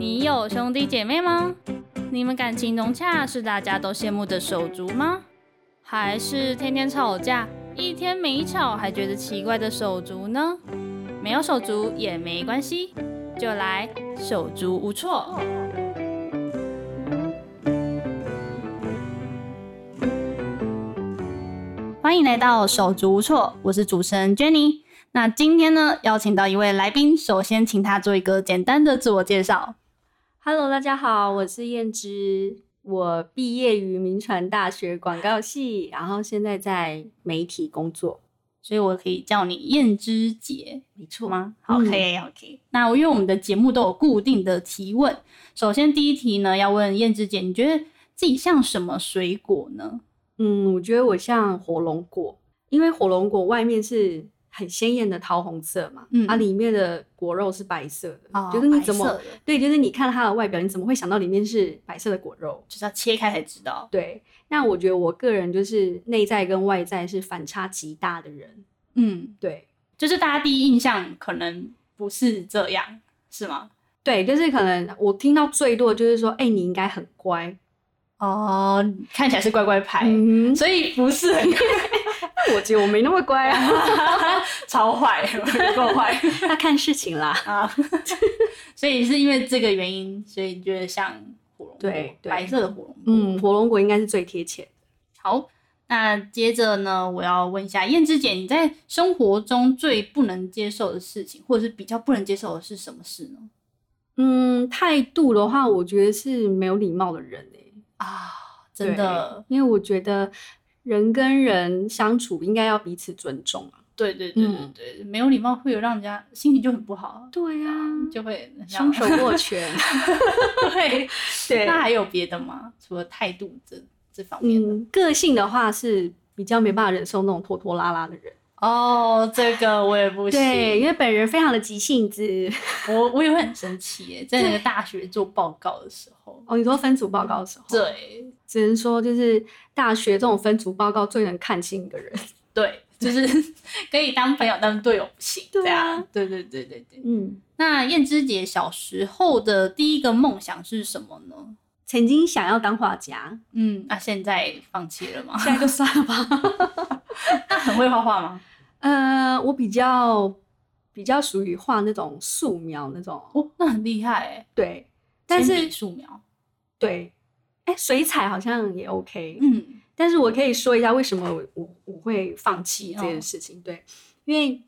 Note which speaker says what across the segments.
Speaker 1: 有兄弟姐妹吗？你们感情融洽是大家都羡慕的手足吗？还是天天吵架，一天没吵还觉得奇怪的手足呢？没有手足也没关系，就来手足无措。欢迎来到手足无措，我是主持人 Jenny。那今天呢，邀请到一位来宾，首先请他做一个简单的自我介绍。
Speaker 2: Hello，大家好，我是燕之，我毕业于民传大学广告系，然后现在在媒体工作。
Speaker 1: 所以我可以叫你燕之姐，
Speaker 2: 没
Speaker 1: 错
Speaker 2: 错？
Speaker 1: 吗？好，
Speaker 2: 嗯
Speaker 1: 可以，OK。那因为我们的节目都有固定的提问，首先第一题呢，要问燕之姐，你觉得自己像什么水果呢？
Speaker 2: 嗯，我觉得我像火龙果，因为火龙果外面是很鲜艳的桃红色嘛，啊
Speaker 1: 嗯哦
Speaker 2: 它、里面的果肉是白色的，
Speaker 1: 就
Speaker 2: 就是是
Speaker 1: 你
Speaker 2: 你
Speaker 1: 怎
Speaker 2: 怎
Speaker 1: 么
Speaker 2: 么对，就是你看它的外表，你怎么会想到里面是白色的果肉？
Speaker 1: 就是要切开才知道？
Speaker 2: 对，那我觉得我个人就是内在跟外在是反差极大的人，
Speaker 1: 嗯，
Speaker 2: 对。
Speaker 1: 就是大家第一印象可能不是这样，是吗？
Speaker 2: 对，就是可能我听到最多就是说，哎、你应该很乖，
Speaker 1: 哦，看起来是乖乖牌
Speaker 2: 嗯，
Speaker 1: 所以不是很
Speaker 2: 我觉得我没那么乖啊，
Speaker 1: 超 坏，不够坏
Speaker 2: 那看事情啦。
Speaker 1: 啊。所以是因为这个原因，所以你觉得像火龙果
Speaker 2: 对对
Speaker 1: 白色的火龙果。
Speaker 2: 嗯，火龙果应该是最贴切。
Speaker 1: 好，那接着呢，我要问一下燕之姐，你在生活中最不能接受的事情，或者是比较不能接受的是什么事呢？
Speaker 2: 嗯，态度的话，我觉得是没有礼貌的人欸
Speaker 1: 啊，真的，
Speaker 2: 对因为我觉得人跟人相处应该要彼此尊重啊。
Speaker 1: 对对对对
Speaker 2: 嗯
Speaker 1: 对，没有礼貌会有让人家心情就很不好，
Speaker 2: 对啊，
Speaker 1: 就会很像
Speaker 2: 双 手握拳。
Speaker 1: 对。
Speaker 2: 对
Speaker 1: 那还有别的吗？除了态度这这方面的？
Speaker 2: 嗯，个性的话是比较没办法忍受那种拖拖拉拉的人。
Speaker 1: 哦，这个我也不
Speaker 2: 对，
Speaker 1: 行，
Speaker 2: 因为本人非常的急性子。
Speaker 1: 我我也会很生气耶，在那个大学做报告的时候，
Speaker 2: 哦，你说分组报告的时候，
Speaker 1: 对
Speaker 2: 只能说就是大学这种分组报告最能看清一个人。
Speaker 1: 对，就是 可以当朋友，但是队友不行，
Speaker 2: 对啊
Speaker 1: 这样，对对对对对。
Speaker 2: 嗯，
Speaker 1: 那燕之姐小时候的第一个梦想是什么呢？
Speaker 2: 曾经想要当 画家，
Speaker 1: 嗯，那、现在放弃了 吗？
Speaker 2: 现在就算了吧。
Speaker 1: 那很会画画吗？
Speaker 2: 呃，我比较比较属于画那种素描那种，
Speaker 1: 哦，那很厉害哎，
Speaker 2: 对，但
Speaker 1: 铅笔
Speaker 2: 是
Speaker 1: 素描，
Speaker 2: 对，哎、水彩好像也 OK，、
Speaker 1: 嗯，
Speaker 2: 但是我可以说一下为什么我我我会放弃这件事情，对，因为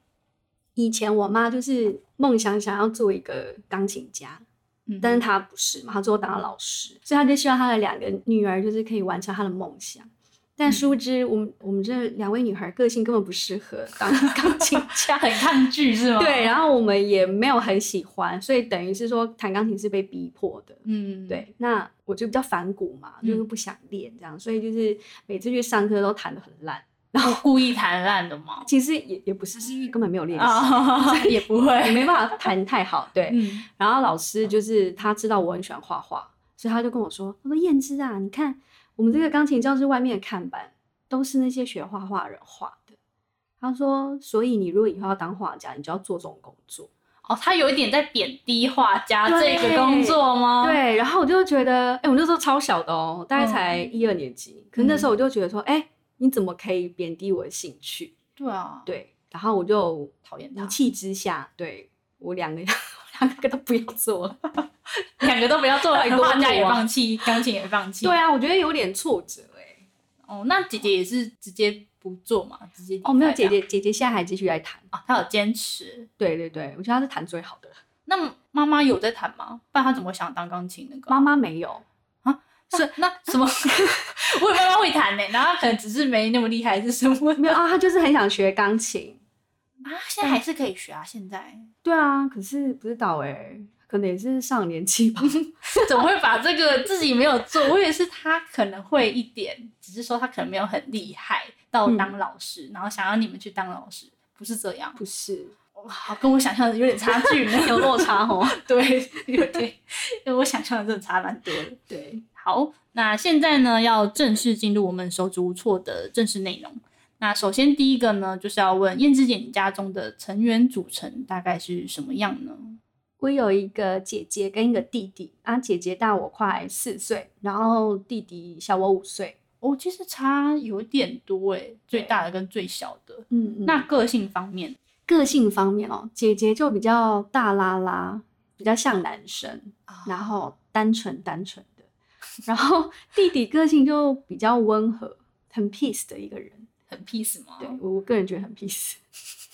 Speaker 2: 以前我妈就是梦想想要做一个钢琴家，
Speaker 1: 嗯
Speaker 2: 但是她不是嘛，她最后当了老师，所以她就希望她的两个女儿就是可以完成她的梦想。
Speaker 1: 嗯
Speaker 2: 但殊不知，我们我们这两位女孩个性根本不适合当 钢琴 家，
Speaker 1: 很抗拒是吗？
Speaker 2: 对，，啊然后我们也没有很喜欢，所以等于是说弹钢琴是被逼迫的。
Speaker 1: 嗯，
Speaker 2: 对，那我就比较反骨嘛，
Speaker 1: 嗯
Speaker 2: 就是不想练这样，所以就是每次去上课都弹得很烂。
Speaker 1: 我故意弹烂的吗？
Speaker 2: 其实也 也不是，是因为根本没有练习，
Speaker 1: 啊，也 不
Speaker 2: 也
Speaker 1: 会，
Speaker 2: 没办法弹太好。对，
Speaker 1: 嗯，
Speaker 2: 然后老师就是他知道我很喜欢画画，所以他就跟我说：“他说燕之啊，你看我们这个钢琴教室外面的看板都是那些学画画的人画的。”他说：“所以你如果以后要当画家，你就要做这种工作。
Speaker 1: 哦，他有一点在贬低画家这
Speaker 2: 对
Speaker 1: 个工作吗？，
Speaker 2: 对，然后我就觉得，哎、我那时候超小的哦，大概才一二年级，可是那时候我就觉得说，哎、你怎么可以贬低我的兴趣？
Speaker 1: 对啊，
Speaker 2: 对，然后我就
Speaker 1: 讨厌
Speaker 2: 一
Speaker 1: 他，
Speaker 2: 气之下，对我两个 我两个都不要做了。
Speaker 1: 两个都不要做，
Speaker 2: 太多
Speaker 1: 画家也
Speaker 2: 了啊
Speaker 1: 放弃，钢琴也放弃，
Speaker 2: 对，啊，我觉得有点挫折哎、
Speaker 1: 哦，那姐姐也是直接不做嘛，直接离
Speaker 2: 哦，没有，
Speaker 1: 开这
Speaker 2: 姐
Speaker 1: 样
Speaker 2: 姐姐姐现在还继续在弹。
Speaker 1: 啊，她有坚持。
Speaker 2: 对对对，我觉得她是弹最好的了。
Speaker 1: 那么妈妈有在弹吗？不然她怎么会想当钢琴那个？
Speaker 2: 妈妈没有，
Speaker 1: 是那什么？ 我有妈妈会弹呢、然后她可能只是没那么厉害，是什么？
Speaker 2: 没有啊，她就是很想学钢琴。
Speaker 1: 啊，现在还是可以学啊，现在
Speaker 2: 对啊，可是不知道哎、可能也是上了年 纪吧。
Speaker 1: 怎么会把这个自己没有做？我也是，她可能会一点，只是说她可能没有很厉害到当老师，然后想要你们去当老师，不是这样。
Speaker 2: 不是，
Speaker 1: 哇，跟我想象的有点差距呢。
Speaker 2: 有落差哦。
Speaker 1: 对，有对，因为我想象的真的差蛮多的。
Speaker 2: 对，
Speaker 1: 好，那现在呢，要正式进入我们手足无措的正式内容。那首先第一个呢，就是要问燕之姐，你家中的成员组成大概是什么样呢？
Speaker 2: 我有一个姐姐跟一个弟弟，啊，姐姐大我快四岁，然后弟弟小我五岁。
Speaker 1: 哦，其实差有点多诶，最大的跟最小的。
Speaker 2: 嗯，
Speaker 1: 那个性方面，
Speaker 2: 个性方面哦，姐姐就比较大拉拉，比较像男生，
Speaker 1: 啊
Speaker 2: 然后单纯单纯的。然后弟弟个性就比较温和，很 peace 的一个人。
Speaker 1: 很 peace 吗？
Speaker 2: 对，我我个人觉得很 peace。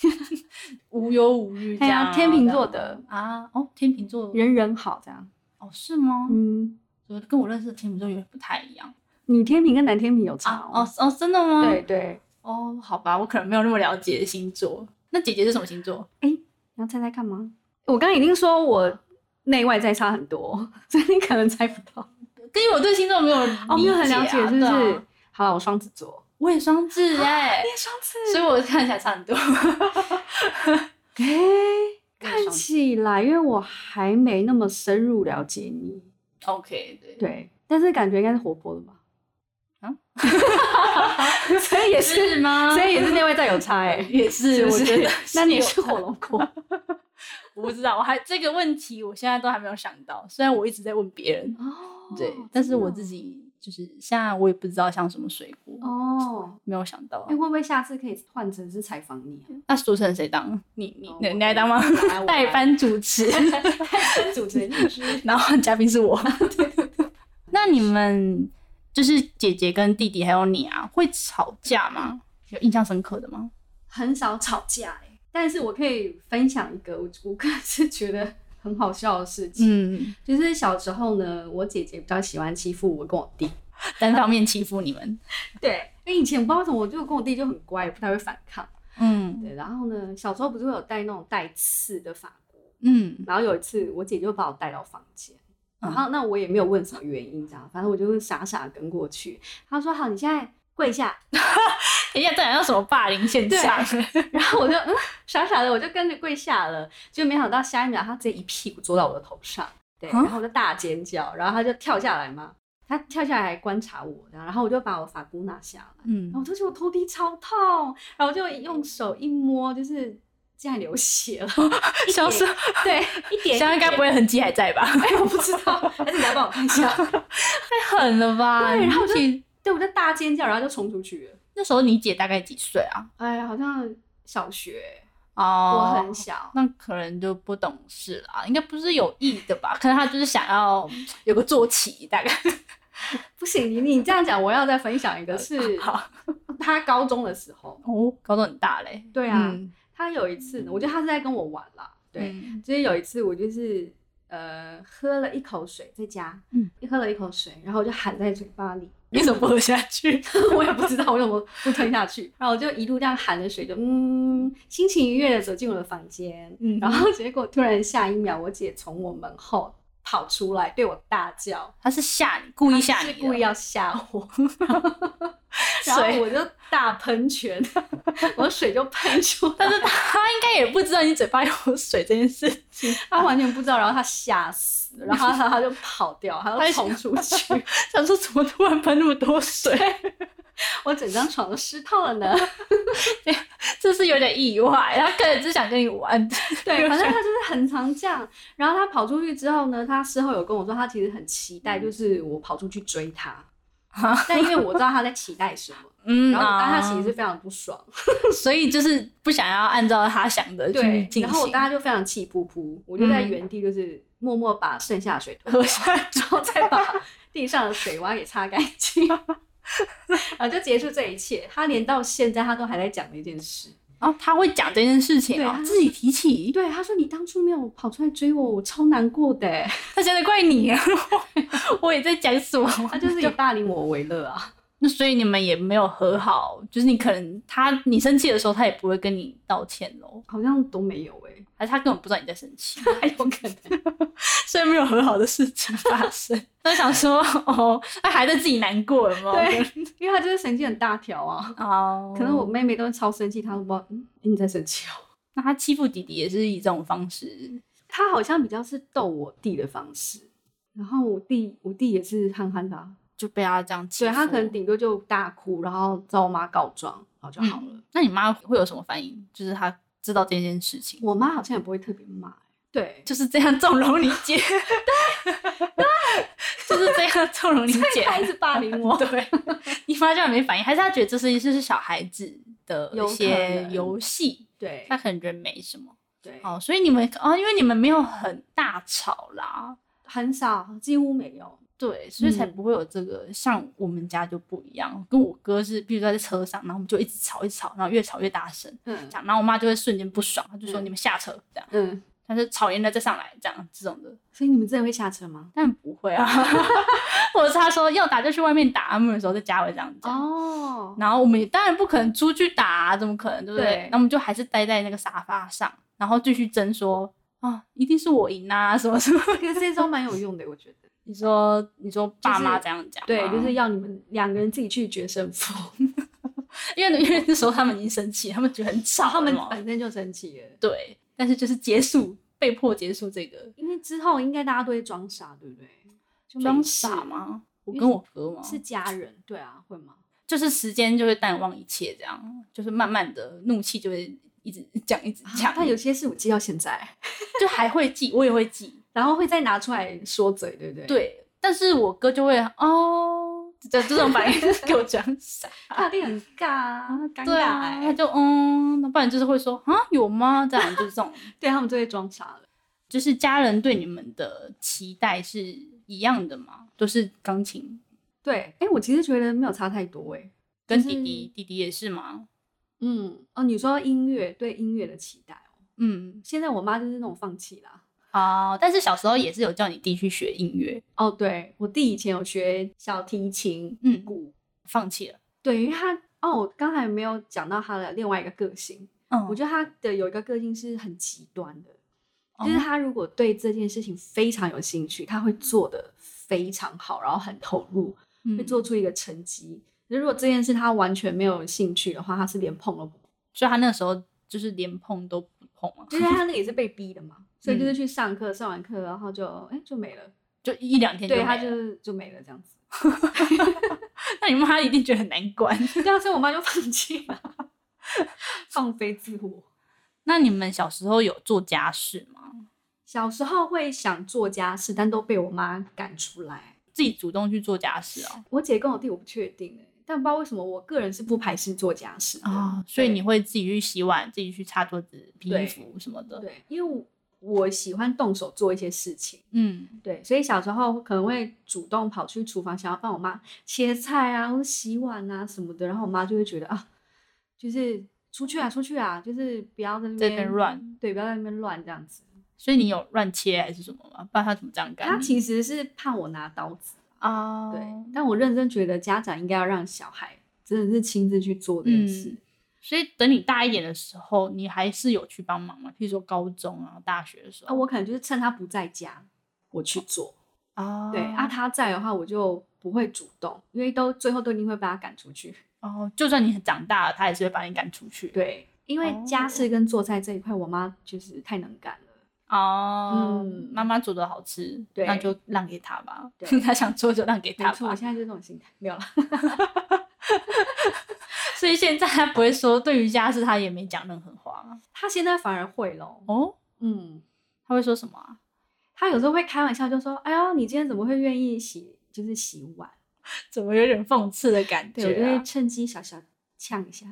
Speaker 1: 无忧无虑这
Speaker 2: 哎
Speaker 1: 样。
Speaker 2: 呀，天秤座的
Speaker 1: 啊，哦，天秤座
Speaker 2: 人人好这样。
Speaker 1: 哦是吗？
Speaker 2: 嗯，
Speaker 1: 我跟我认识的天秤座有点不太一样
Speaker 2: 女天平跟男天平有差
Speaker 1: 啊。哦哦，真的吗？
Speaker 2: 对对，
Speaker 1: 哦，好吧，我可能没有那么了解星座。那姐姐是什么星座？
Speaker 2: 你要猜猜看吗？我刚刚已经说我内外在差很多，所以你可能猜不到。
Speaker 1: 根据我对星座没有
Speaker 2: 哦，没有很了
Speaker 1: 理
Speaker 2: 解，
Speaker 1: 啊
Speaker 2: 是不
Speaker 1: 对啊
Speaker 2: 是？啊好了，我双子座。
Speaker 1: 我也双子哎、
Speaker 2: 你也双子？
Speaker 1: 所以我看起来差很多。
Speaker 2: 哎、看起来，因为我还没那么深入了解你，
Speaker 1: OK，对，
Speaker 2: 对，但是感觉应该是活泼的吧？
Speaker 1: 啊，
Speaker 2: 所以也
Speaker 1: 是
Speaker 2: 是，
Speaker 1: 吗？
Speaker 2: 所以也是内外在有差哎、
Speaker 1: 也是，
Speaker 2: 是不
Speaker 1: 我
Speaker 2: 是
Speaker 1: 觉得
Speaker 2: 那你
Speaker 1: 有
Speaker 2: 是
Speaker 1: 差
Speaker 2: 火龙 果？
Speaker 1: 我不知道，我还这个问题我现在都还没有想到，虽然我一直在问别人，
Speaker 2: 哦
Speaker 1: 对，但是我自
Speaker 2: 己
Speaker 1: 己就是现在我也不知道像什么水果，
Speaker 2: 哦，
Speaker 1: 没有想到
Speaker 2: 哎、。会不会下次可以换成是采访你、啊？
Speaker 1: 那主持人谁当？你你
Speaker 2: 哦
Speaker 1: 你
Speaker 2: 我
Speaker 1: 你来当吗
Speaker 2: 我来？我
Speaker 1: 代
Speaker 2: 来
Speaker 1: 班主 持，
Speaker 2: 主持人你是
Speaker 1: 然后嘉宾是我。 那你们就是姐姐跟弟弟还有你啊，会吵架吗？有印象深刻的吗？
Speaker 2: 很少吵架哎、但是我可以分享一个我我个人是觉得很好笑的事情，
Speaker 1: 嗯，
Speaker 2: 就是小时候呢，我姐姐比较喜欢欺负我跟我弟，
Speaker 1: 单方面欺负你 们。
Speaker 2: 对，因为哎以前不知道为什么我就跟我弟就很乖，不太会反抗，
Speaker 1: 嗯
Speaker 2: 对，然后呢，小时候不是会有戴那种带刺的发箍，
Speaker 1: 嗯，
Speaker 2: 然后有一次我姐就把我带到房间。
Speaker 1: 嗯
Speaker 2: 然后那我也没有问什么原因，这样，反正我就傻傻跟过去。她说：“好，你现在跪下。
Speaker 1: 人家这样有什么霸凌现
Speaker 2: 啊
Speaker 1: 象？”
Speaker 2: 然后我就嗯傻傻的，我就跟着跪下了。就没想到下一秒，她直接一屁股坐到我的头上，对，
Speaker 1: 啊
Speaker 2: 然后我就大尖叫，然后她就跳下来嘛，她跳下来观察我，然后然后我就把我发箍拿下来。然后
Speaker 1: 嗯，
Speaker 2: 我就觉得我头皮超痛，然后我就用手一摸，就是竟然流血 了，
Speaker 1: 小时候，
Speaker 2: 对，一点
Speaker 1: 现在应该不
Speaker 2: 会，
Speaker 1: 会痕迹还在吧？
Speaker 2: 哎， 我不知道，还是你来帮我看一 下。
Speaker 1: 太狠了吧！
Speaker 2: 对然后我就
Speaker 1: 你
Speaker 2: 对，我就大尖叫，然后就冲出去了。
Speaker 1: 那时候你姐大概几岁啊？
Speaker 2: 哎，好像小学，
Speaker 1: 哦
Speaker 2: 我很小，
Speaker 1: 那可能就不懂事啦，应该不是有意的吧？可能他就是想要 有个坐骑，大概
Speaker 2: 不行，你你这样讲，我要再分享一个，是
Speaker 1: 好
Speaker 2: 他高中的时候，
Speaker 1: 哦，搞得很大嘞。
Speaker 2: 对啊
Speaker 1: 嗯
Speaker 2: 他有一次呢，我觉得他是在跟我玩啦，对，
Speaker 1: 嗯
Speaker 2: 就是有一次我就是呃喝了一口水在家，
Speaker 1: 嗯，
Speaker 2: 喝了一口水，然后我就含在嘴巴里，
Speaker 1: 你怎么不喝下去？
Speaker 2: 我也不知道我怎么不吞下去，然后我就一路这样含着水，就嗯，心情愉悦的走进我的房间，
Speaker 1: 嗯
Speaker 2: 然后结果突然下一秒，我姐从我门后跑出来，对我大叫，
Speaker 1: 他是吓你，故意吓你
Speaker 2: 是
Speaker 1: 的，
Speaker 2: 故意要吓 我，然后
Speaker 1: 水
Speaker 2: 我就大喷泉， 我水就喷出来，
Speaker 1: 但是他应该也不知道你嘴巴有水这件事情，
Speaker 2: 她完全不知道，然后她吓死，然后她她就跑掉，她
Speaker 1: 她
Speaker 2: 就冲出去，
Speaker 1: 想说怎么突然喷那么多水，
Speaker 2: 我整张床都湿透了呢。
Speaker 1: 这是有点意外。他可能只想跟你玩，
Speaker 2: 对，反正他就是很常这样。然后他跑出去之后呢，他事后有跟我说，他其实很期待，
Speaker 1: 嗯
Speaker 2: 就是我跑出去追他。但因为我知道他在期待什么，
Speaker 1: 啊嗯，
Speaker 2: 然后我当下其实是
Speaker 1: 啊
Speaker 2: 非常不爽，
Speaker 1: 嗯所以就是不想要按照他想的去
Speaker 2: 对，
Speaker 1: 进行，嗯
Speaker 2: 然后我当下就非常气噗噗，我就在原地就是默默把剩下的水喝
Speaker 1: 喝下去
Speaker 2: 然后再把地上的水洼给擦干净，然后就结束这一切。他连到现在他都还在讲那件事，
Speaker 1: 哦，他会讲这件事情
Speaker 2: 对
Speaker 1: 哦，
Speaker 2: 他
Speaker 1: 自己提起，
Speaker 2: 对他说你当初没有跑出来追我，我超难过的欸，
Speaker 1: 他现在怪你 啊，我也在讲什么，
Speaker 2: 他就是以霸凌我为乐啊。
Speaker 1: 那所以你们也没有和好，就是你可能他你生气的时候，他也不会跟你道歉喽，
Speaker 2: 好像都没有哎、
Speaker 1: 还是他根本不知道你在生 气，
Speaker 2: 还有可能。
Speaker 1: 所以没有和好的事情发生。他想说哦，他还在自己难过，有没有？
Speaker 2: 对，因为他就是神经很大条啊。
Speaker 1: 哦，
Speaker 2: 可能我妹妹都超生气，她都不知道，嗯，你在生气哦。
Speaker 1: 那他欺负弟弟也是以这种方式，
Speaker 2: 她好像比较是逗我弟的方式，然后我弟我弟也是憨憨的啊，
Speaker 1: 就被他这样欺
Speaker 2: 所
Speaker 1: 负。
Speaker 2: 以他可能顶多就大哭，然后找我妈告状，然后就好了。
Speaker 1: 嗯那你妈会有什么反应？就是她知道这件事情，
Speaker 2: 我妈好像也不会特别骂、欸 对，
Speaker 1: 就是这样纵容你姐， 就是这样纵容你姐，。
Speaker 2: 他一直霸凌 我
Speaker 1: 对，你发现我没反应，还是他觉得这是就是小孩子的一
Speaker 2: 有可
Speaker 1: 些
Speaker 2: 能
Speaker 1: 游戏，
Speaker 2: 对
Speaker 1: 他可能觉得没什么。
Speaker 2: 对，
Speaker 1: 哦，所以你们哦，因为你们没有很大吵啦，
Speaker 2: 很少，几乎没有。
Speaker 1: 对，所以才
Speaker 2: 嗯
Speaker 1: 不会有这个。像我们家就不一样，跟我哥是，比如说在车上，然后我们就一直吵，一直吵，然后越吵越大声，
Speaker 2: 嗯
Speaker 1: 这样，然后我妈就会瞬间不爽，她就说
Speaker 2: 嗯
Speaker 1: 你们下车这样，
Speaker 2: 嗯，
Speaker 1: 但是吵赢了再上来这样这种的，
Speaker 2: 所以你们真的会下车吗？
Speaker 1: 但不会啊， 或者是她说要打就去外面打，他们有时候在家会这样讲。
Speaker 2: 哦，
Speaker 1: 然后我们也当然不可能出去打、啊，怎么可能，对不
Speaker 2: 对
Speaker 1: 对？那我们就还是待在那个沙发上，然后继续争说啊，一定是我赢啊，什么 什么。
Speaker 2: 可是这招蛮有用的，我觉得。
Speaker 1: 你说，你说爸
Speaker 2: 就是
Speaker 1: 妈这样讲吗、
Speaker 2: 对，就是要你们两个人自己去决胜 负。哦
Speaker 1: 因为因为那时候 他们已经生气，他们觉得很吵了嘛，
Speaker 2: 他们本身就生气了，
Speaker 1: 对，但是就是结束，被迫结束这个
Speaker 2: 因为之后应该大家都会装傻，对不对？就没
Speaker 1: 装
Speaker 2: 事
Speaker 1: 傻？吗？我
Speaker 2: 因为
Speaker 1: 跟我哥吗？
Speaker 2: 是家人，对啊，会吗？
Speaker 1: 就是时间就会淡忘一切，这样就是慢慢的怒气就会一直讲一直
Speaker 2: 啊
Speaker 1: 讲，
Speaker 2: 但有些事我记到现在，
Speaker 1: 就还会记，我也会记，
Speaker 2: 然后会再拿出来说嘴，对不对？，
Speaker 1: 对，但是我哥就会哦，这这种反应给我装 傻，
Speaker 2: 他一定很尬啊，尴
Speaker 1: 对
Speaker 2: 尬
Speaker 1: 啊，他
Speaker 2: 欸，
Speaker 1: 就嗯，那不然就是会说啊有吗？这样就是这种，
Speaker 2: 对他们就会装傻了。
Speaker 1: 就是家人对你们的期待是一样的吗？都是钢琴
Speaker 2: 对，哎，我其实觉得没有差太多，哎，
Speaker 1: 跟
Speaker 2: 就
Speaker 1: 弟
Speaker 2: 是
Speaker 1: 弟，弟弟也是吗？
Speaker 2: 嗯，哦，你说音乐对音乐的期待哦，
Speaker 1: 嗯，
Speaker 2: 现在我妈就是那种放弃啦。
Speaker 1: 哦，但是小时候也是有叫你弟去学音乐，
Speaker 2: 哦，对我弟以前有学小提琴、
Speaker 1: 嗯
Speaker 2: 鼓，
Speaker 1: 放弃了。
Speaker 2: 对，因为他哦，我刚才没有讲到他的另外一个个性，
Speaker 1: 嗯
Speaker 2: 我觉得他的有一个个性是很极端的，
Speaker 1: 哦
Speaker 2: 就是他如果对这件事情非常有兴趣，他会做的非常好，然后很投入，
Speaker 1: 得
Speaker 2: 会做，出一个成绩。可是如果这件事他完全没有兴趣的话，他是连碰都不，
Speaker 1: 所以他那个时候就是连碰都不碰嘛，
Speaker 2: 就是他那个也是被逼的嘛，所以
Speaker 1: 嗯
Speaker 2: 就是去上课，上完课然后就哎、就没了，
Speaker 1: 就一两天就
Speaker 2: 对他
Speaker 1: 没了
Speaker 2: 就就没了这样子。
Speaker 1: 那你妈一定觉得很难管。
Speaker 2: 对啊，所以我妈就放弃了， 放飞自我。
Speaker 1: 那你们小时候有做家事吗？
Speaker 2: 小时候会想做家事，但都被我妈赶出来。
Speaker 1: 自己主动去做家事哦。
Speaker 2: 我姐跟我弟我不确定哎、但不知道为什么，我个人是不排斥做家事的
Speaker 1: 啊、所以
Speaker 2: 对
Speaker 1: 你会自己去洗碗，自己去擦桌子、披
Speaker 2: 对
Speaker 1: 衣服什么的。
Speaker 2: 对，因为我喜欢动手做一些事情，
Speaker 1: 嗯，
Speaker 2: 对，所以小时候可能会主动跑去厨房，想要帮我妈切菜啊，或者洗碗啊什么的，然后我妈就会觉得啊，就是出去啊，出去啊，就是不要在那
Speaker 1: 在那边
Speaker 2: 边
Speaker 1: 乱，
Speaker 2: 对，不要在那边乱这样子。
Speaker 1: 所以你有乱切还是什么吗？不然他怎么这样干你？
Speaker 2: 她其实是怕我拿刀子，
Speaker 1: 啊、
Speaker 2: 对，但我认真觉得家长应该要让小孩真的是亲自去做这件事。
Speaker 1: 嗯所以等你大一点的时候，你还是有去帮忙吗？譬如说高中啊、大学的时
Speaker 2: 啊，
Speaker 1: 候。
Speaker 2: 我可能就是趁他不在家，我去做。
Speaker 1: 啊
Speaker 2: 对啊，，他在的话，我就不会主动，因为都最后都一定会把他赶出去。
Speaker 1: 哦，就算你长大了，他也是会把你赶出去。，
Speaker 2: 对，因为家
Speaker 1: 哦
Speaker 2: 事跟做菜这一块，我妈就是太能干了。
Speaker 1: 哦，
Speaker 2: 嗯
Speaker 1: 妈妈煮的好吃，
Speaker 2: 对
Speaker 1: 那就让给他吧
Speaker 2: 对。
Speaker 1: 他想做就让给
Speaker 2: 没
Speaker 1: 他
Speaker 2: 错，我
Speaker 1: 吧。
Speaker 2: 现在就是这种心态，没有了。
Speaker 1: 所以现在他不会说，对于家事他也没讲任何话吗
Speaker 2: 她现在反而会咯。
Speaker 1: 哦，
Speaker 2: 嗯，
Speaker 1: 他会说什么啊？
Speaker 2: 她有时候会开玩笑，就说：“哎呦，你今天怎么会愿意洗，就是洗碗
Speaker 1: 怎么有点讽刺的感？”
Speaker 2: 对，我就
Speaker 1: 觉、
Speaker 2: 会
Speaker 1: 啊？
Speaker 2: 趁机小小呛一下。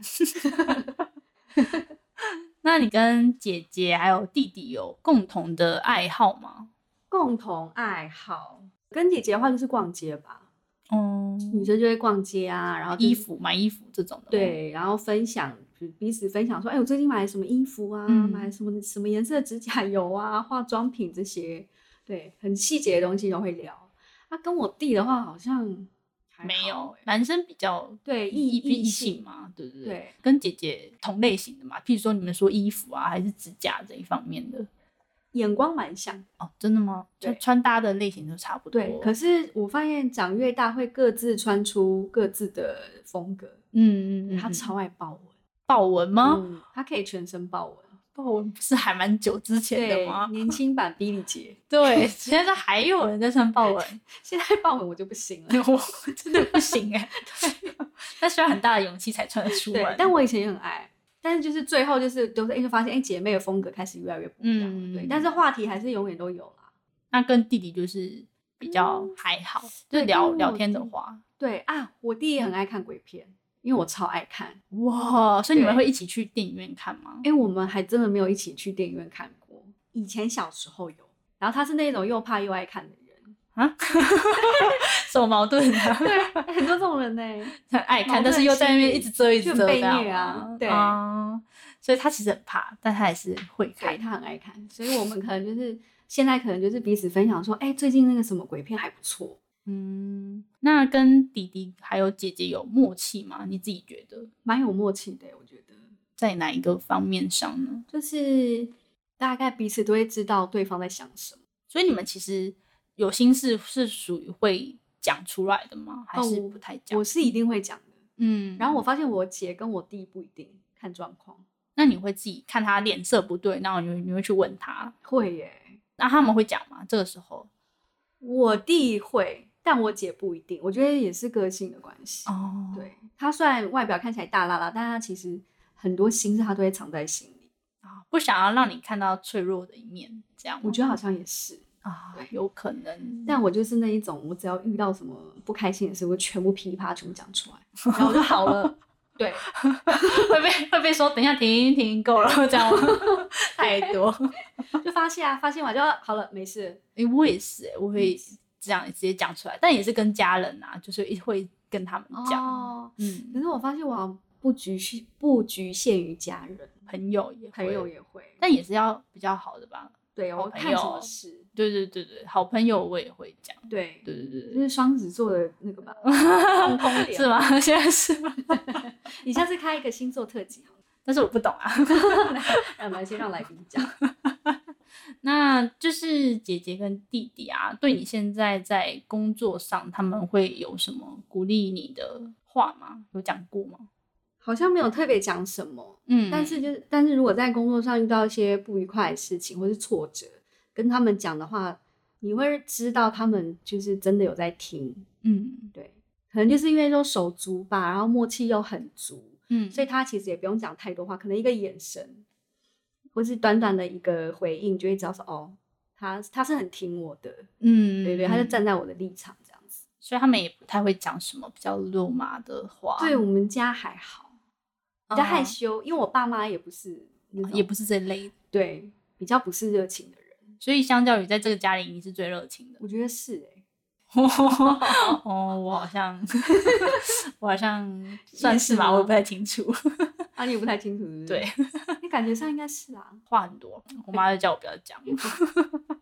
Speaker 1: 那你跟姐姐还有弟弟有共同的爱好吗？
Speaker 2: 共同爱好，跟姐姐的话就是逛街吧，
Speaker 1: 哦、
Speaker 2: 女生就会逛街啊，然后就是
Speaker 1: 衣服买衣服这种的吗。
Speaker 2: 对，然后分享就彼此分享说，哎，我最近买了什么衣服啊，
Speaker 1: 嗯
Speaker 2: 买了什么什么颜色的指甲油啊，化妆品这些，对，很细节的东西都会聊。啊，跟我弟的话好像还
Speaker 1: 没
Speaker 2: 好
Speaker 1: 有
Speaker 2: 欸，
Speaker 1: 男生比较
Speaker 2: 对
Speaker 1: 异
Speaker 2: 异
Speaker 1: 哎异
Speaker 2: 异
Speaker 1: 性
Speaker 2: 性
Speaker 1: 嘛，对不对？
Speaker 2: 对，
Speaker 1: 跟姐姐同类型的嘛，譬如说你们说衣服啊，还是指甲这一方面的。
Speaker 2: 眼光蛮像。
Speaker 1: 哦，真的吗？
Speaker 2: 对
Speaker 1: 穿穿搭的类型都差不多。
Speaker 2: 对，可是我发现长越大会各自穿出各自的风格。
Speaker 1: 嗯嗯嗯，啊
Speaker 2: 他
Speaker 1: 嗯
Speaker 2: 超爱豹纹，
Speaker 1: 豹纹吗？
Speaker 2: 嗯，他可以全身豹纹。
Speaker 1: 豹纹不是还蛮久之前的
Speaker 2: 对
Speaker 1: 吗，？
Speaker 2: 年轻版比利姐，
Speaker 1: 对， 现在还有人在穿豹 纹，
Speaker 2: 现在豹纹我就不行 了。
Speaker 1: 欸 我真的不行哎、那需要很大的勇气才穿得出
Speaker 2: 对
Speaker 1: 来。，
Speaker 2: 但我以前也很爱，但是就是最后就是都是哎、就发现哎、姐妹的风格开始越来越不一样了，对，
Speaker 1: 嗯
Speaker 2: 但是话题还是永远都有啦。
Speaker 1: 那跟弟弟就是比较还好，就
Speaker 2: 对
Speaker 1: 聊
Speaker 2: 嗯跟
Speaker 1: 聊
Speaker 2: 我
Speaker 1: 天的
Speaker 2: 弟
Speaker 1: 话，
Speaker 2: 对啊，我弟也很爱看鬼片，因为我超爱看。
Speaker 1: 哇，所以你们
Speaker 2: 对
Speaker 1: 会一起去电影院看吗？
Speaker 2: 哎、我们还真的没有一起去电影院看过，以前小时候有。然后他是那种又怕又爱看的人，
Speaker 1: 啊， 什么矛盾啊？
Speaker 2: 对，很多这种人呢、
Speaker 1: 很 爱看，
Speaker 2: 矛
Speaker 1: 但是
Speaker 2: 盾
Speaker 1: 又在那边
Speaker 2: 心
Speaker 1: 一
Speaker 2: 理
Speaker 1: 直遮一直
Speaker 2: 就
Speaker 1: 遮这
Speaker 2: 很被
Speaker 1: 样
Speaker 2: 虐啊
Speaker 1: 吗
Speaker 2: 对
Speaker 1: 啊所以他其实很怕，但他还是会
Speaker 2: 对
Speaker 1: 看。
Speaker 2: 他很爱看，所以我们可能就是现在可能就是彼此分享说，哎、最近那个什么鬼片还不错，
Speaker 1: 嗯，那跟弟弟还有姐姐有默契吗？你自己觉得
Speaker 2: 蛮有默契的、我觉得
Speaker 1: 在哪一个方面上呢？
Speaker 2: 就是大概彼此都会知道对方在想什么。
Speaker 1: 所以你们其实有心事是属于会讲出来的吗？还
Speaker 2: 哦
Speaker 1: 是
Speaker 2: 我
Speaker 1: 不太讲？
Speaker 2: 我是一定会讲的。
Speaker 1: 嗯，
Speaker 2: 然后我发现我姐跟我弟不一定看状况，
Speaker 1: 那你会自己看他脸色不对，然后你会你会去问他，
Speaker 2: 会耶、
Speaker 1: 那他们会讲吗？这个时候
Speaker 2: 我弟会，但我姐不一定。我觉得也是个性的关系。
Speaker 1: 哦，
Speaker 2: 对他虽然外表看起来大啦啦，但他其实很多心事他都会藏在心里。
Speaker 1: 啊，不想要让你看到脆弱的一面，这样
Speaker 2: 我觉
Speaker 1: 得
Speaker 2: 得好像也是，
Speaker 1: 啊
Speaker 2: 对，
Speaker 1: 有可能，
Speaker 2: 但我就是那一种，我只要遇到什么不开心的事，我全部噼里啪啦全部讲出来，然后我就好了。对，
Speaker 1: 会被会被说，等一下停停够了，这 样吗太多。
Speaker 2: 就发泄啊，发泄完就好了，没事。
Speaker 1: 哎、我也是、欸，我会这样直接讲出来，但也是跟家人啊，就是一会跟他们讲，
Speaker 2: 哦，可
Speaker 1: 嗯，
Speaker 2: 是我发现我好像不局限不局限于家人，
Speaker 1: 朋友也会
Speaker 2: 朋友，也会。
Speaker 1: 但也是要比较好的吧。
Speaker 2: 对，
Speaker 1: 好
Speaker 2: 我
Speaker 1: 朋
Speaker 2: 看什么
Speaker 1: 友
Speaker 2: 事，
Speaker 1: 对对对对，好朋友我也会讲，
Speaker 2: 对，
Speaker 1: 对对 对
Speaker 2: 就
Speaker 1: 对。
Speaker 2: 是双子座的 那个吧，共通点
Speaker 1: 是？吗？ 现在是吗？
Speaker 2: 你下次开一个星座特辑好了，
Speaker 1: 但是我不懂啊。
Speaker 2: 让我们先让来宾讲。
Speaker 1: 那就是姐姐跟弟弟啊，对你现在在工作上，他们会有什么鼓励你的话吗？有讲过吗？
Speaker 2: 好像没有特别讲什么，
Speaker 1: 嗯
Speaker 2: 但是就是，但是如果在工作上遇到一些不愉快的事情或是挫折，跟他们讲的话，你会知道他们就是真的有在听，
Speaker 1: 嗯
Speaker 2: 对，可能就是因为说手足吧，然后默契又很足，
Speaker 1: 嗯，
Speaker 2: 所以他其实也不用讲太多话，可能一个眼神，或是短短的一个回应，就会知道说哦，他他是很听我的，
Speaker 1: 嗯，
Speaker 2: 对对，他就
Speaker 1: 嗯，
Speaker 2: 站在我的立场这样子。
Speaker 1: 所以他们也不太会讲什么比较肉麻的话，
Speaker 2: 对我们家还好，比较害
Speaker 1: 嗯
Speaker 2: 羞，因为我爸妈哦也不是那种，
Speaker 1: 也不是这类的。
Speaker 2: 对，比较不是热情的人，
Speaker 1: 所以相较于在这个家里，你是最热情的。
Speaker 2: 我觉得是哎、欸，
Speaker 1: 哦，我好 像，我好像算是吧，
Speaker 2: 吗
Speaker 1: 我也不太清楚。
Speaker 2: 啊，你也不太清楚是不是
Speaker 1: 对，
Speaker 2: 你感觉上应该是啊，
Speaker 1: 话很多，我妈就叫我不要讲。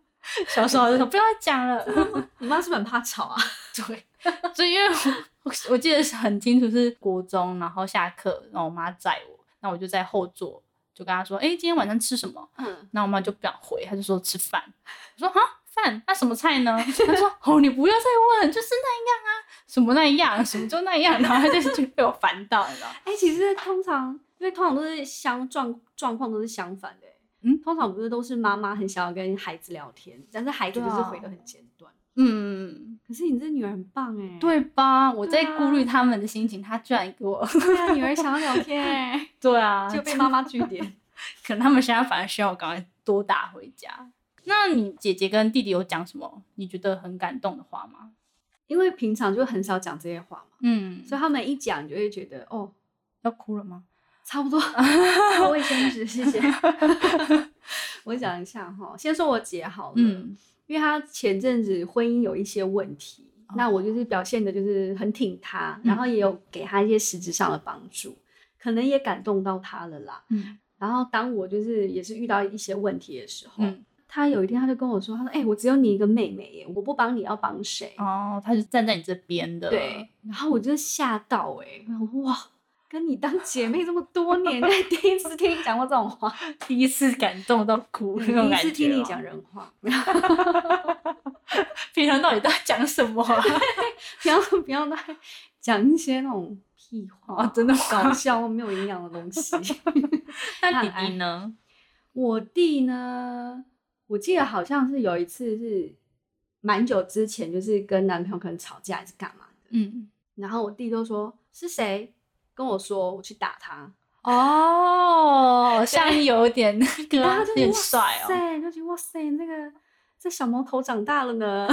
Speaker 1: 小时 候就说不要再讲了，
Speaker 2: 你妈是不是很怕吵 啊？
Speaker 1: 对，所以因为我我 我记得是很清楚是国中，然后下课，然后我妈载我，那我就在后座，就跟她说，哎、今天晚上吃什么？
Speaker 2: 嗯，
Speaker 1: 那我妈就不想回，她就说吃饭。我说啊，饭那什么菜呢？她说哦，你不要再问，就是那样啊，什么那样，什么就那样，然后她就就 被我烦到，你知道吗？
Speaker 2: 哎、其实通常，因为通常都是相状状况都是相反的、欸。
Speaker 1: 嗯
Speaker 2: 通常不是都是妈妈很想要跟孩子聊天，但是孩子就是
Speaker 1: 对啊
Speaker 2: 回的很简短。
Speaker 1: 嗯，
Speaker 2: 可是你这女儿很棒哎、欸，
Speaker 1: 对吧？我在
Speaker 2: 对啊
Speaker 1: 顾虑他们的心情，她居然给我，
Speaker 2: 对啊，女儿想要聊天哎、
Speaker 1: 对啊，
Speaker 2: 就被妈妈据点。
Speaker 1: 可能他们现在反而需要我赶快多打回家。那你姐姐跟弟弟有讲什么你觉得很感动的话吗？
Speaker 2: 因为平常就很少讲这些话嘛，
Speaker 1: 嗯，
Speaker 2: 所以他们一讲，你就会觉得哦，
Speaker 1: 要哭了吗？
Speaker 2: 差 不多，拿卫生纸，谢 谢。我讲一下哈，先说我姐好了，
Speaker 1: 嗯
Speaker 2: 因为她前阵子婚姻有一些问题，
Speaker 1: 哦
Speaker 2: 那我就是表现的就是很挺她，
Speaker 1: 嗯
Speaker 2: 然后也有给她一些实质上的帮助，可能也感动到她了啦。
Speaker 1: 嗯
Speaker 2: 然后当我就是也是遇到一些问题的时候，
Speaker 1: 嗯，
Speaker 2: 她有一天她就跟我说，她说：“哎、我只有你一个妹妹耶，我不帮你要帮谁？”
Speaker 1: 哦，他就站在你这边的，
Speaker 2: 对，，然后我就吓到哎、欸，我想哇，跟你当姐妹这么多 年，但第一次听你讲过这种话，
Speaker 1: 第一次感动到哭
Speaker 2: 嗯第
Speaker 1: 那种
Speaker 2: 一
Speaker 1: 感觉。哦
Speaker 2: 次听你讲，人话，
Speaker 1: 平常到底都在讲什么啊？
Speaker 2: 不要 不要再讲一些那种屁话，
Speaker 1: 哦真的吗
Speaker 2: 搞笑没有营养的东西。
Speaker 1: 那弟弟呢？
Speaker 2: 我弟呢，我记得好像是有一次是蛮久之前，就是跟男朋友可能吵架还是干嘛的，
Speaker 1: 嗯，
Speaker 2: 然后我弟就说是谁跟我说我去打他，
Speaker 1: 哦，像有点那个啊
Speaker 2: 然后就
Speaker 1: 有点
Speaker 2: 觉得哇
Speaker 1: 帅哦，
Speaker 2: 塞，就觉得哇塞，那个这小毛头长大了呢，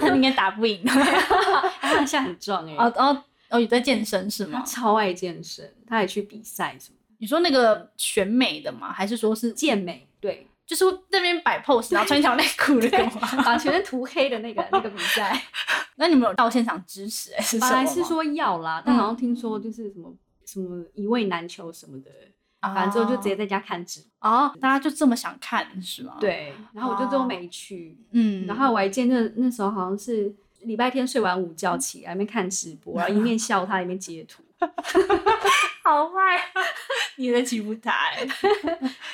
Speaker 1: 他应该打不赢。
Speaker 2: 他现在很壮哎、
Speaker 1: 哦哦哦，你在健身是
Speaker 2: 他
Speaker 1: 吗？
Speaker 2: 超爱健身，他也去比赛什么
Speaker 1: 你说那个选美的吗？还是说是
Speaker 2: 健美，对，
Speaker 1: 就是会在那边摆 pose，然后穿一条内裤那个吗？
Speaker 2: 把全身涂黑的那个那个比赛，
Speaker 1: 那你们有到现场支持哎还是什
Speaker 2: 本
Speaker 1: 么吗？嗯
Speaker 2: 来是说要啦，但好像听说就是什么什么一位难求什么的，
Speaker 1: 啊，
Speaker 2: 反正之后就直接在家看直播。
Speaker 1: 哦，大家就这么想看是吗？，
Speaker 2: 对，然后我就
Speaker 1: 哦
Speaker 2: 都没去。
Speaker 1: 嗯，
Speaker 2: 然后我还记得那那时候好像是礼拜天睡完午觉起来，一面看直播，然后一面笑他，一面截图，
Speaker 1: 好坏啊， 你在欺负他哎，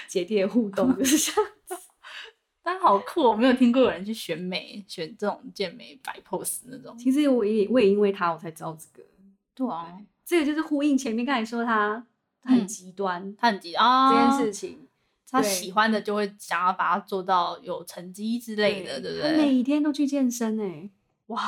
Speaker 2: 姐弟的互动就是这样。
Speaker 1: 但好酷哦，我没有听过有人去选美，选这种健美摆 pose 那种。
Speaker 2: 其实我也我也因为他我才知道这个，
Speaker 1: 对啊，
Speaker 2: 这个就是呼应前面刚才说他很极端、
Speaker 1: 他很急啊，
Speaker 2: 这件事情，
Speaker 1: 嗯他
Speaker 2: 对
Speaker 1: 喜欢的就会想要把它做到有成绩之类的，对不
Speaker 2: 他
Speaker 1: 对？
Speaker 2: 每天都去健身哎、
Speaker 1: 哇，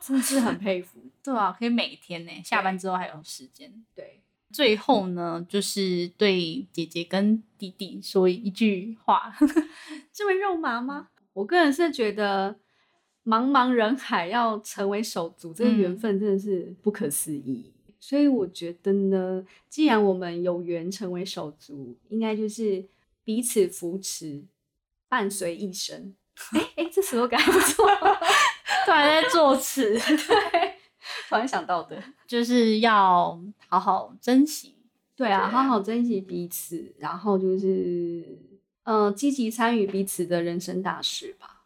Speaker 2: 真的是很佩 服。
Speaker 1: 对啊，可以每天呢，下班之后还有时间。
Speaker 2: 对，
Speaker 1: 最后呢，就是对姐姐跟弟弟说一句话，
Speaker 2: 这位肉麻吗？我个人是觉得。茫茫人海要成为手足，这个缘
Speaker 1: 嗯
Speaker 2: 分真的是不可思议。所以我觉得呢，既然我们有缘成为手足，应该就是彼此扶持，伴随一生。哎、哎、这时候感 觉不错，
Speaker 1: 突然在作词，
Speaker 2: 突然想到的。
Speaker 1: 就是要好好珍惜。
Speaker 2: 对啊，
Speaker 1: 对
Speaker 2: 好好珍惜彼此，然后就是呃，积极参与彼此的人生大事吧。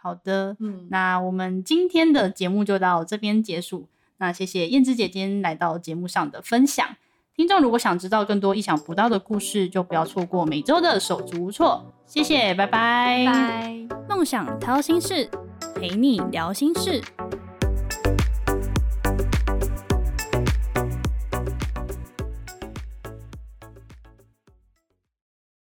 Speaker 1: 好的，
Speaker 2: 嗯，
Speaker 1: 那我们今天的节目就到这边结束。那谢谢燕之姐今天来到节目上的分享。听众如果想知道更多意想不到的故事，就不要错过每周的手足无措。谢谢，拜拜。
Speaker 2: 拜。
Speaker 1: 梦想掏心事，陪你聊心事。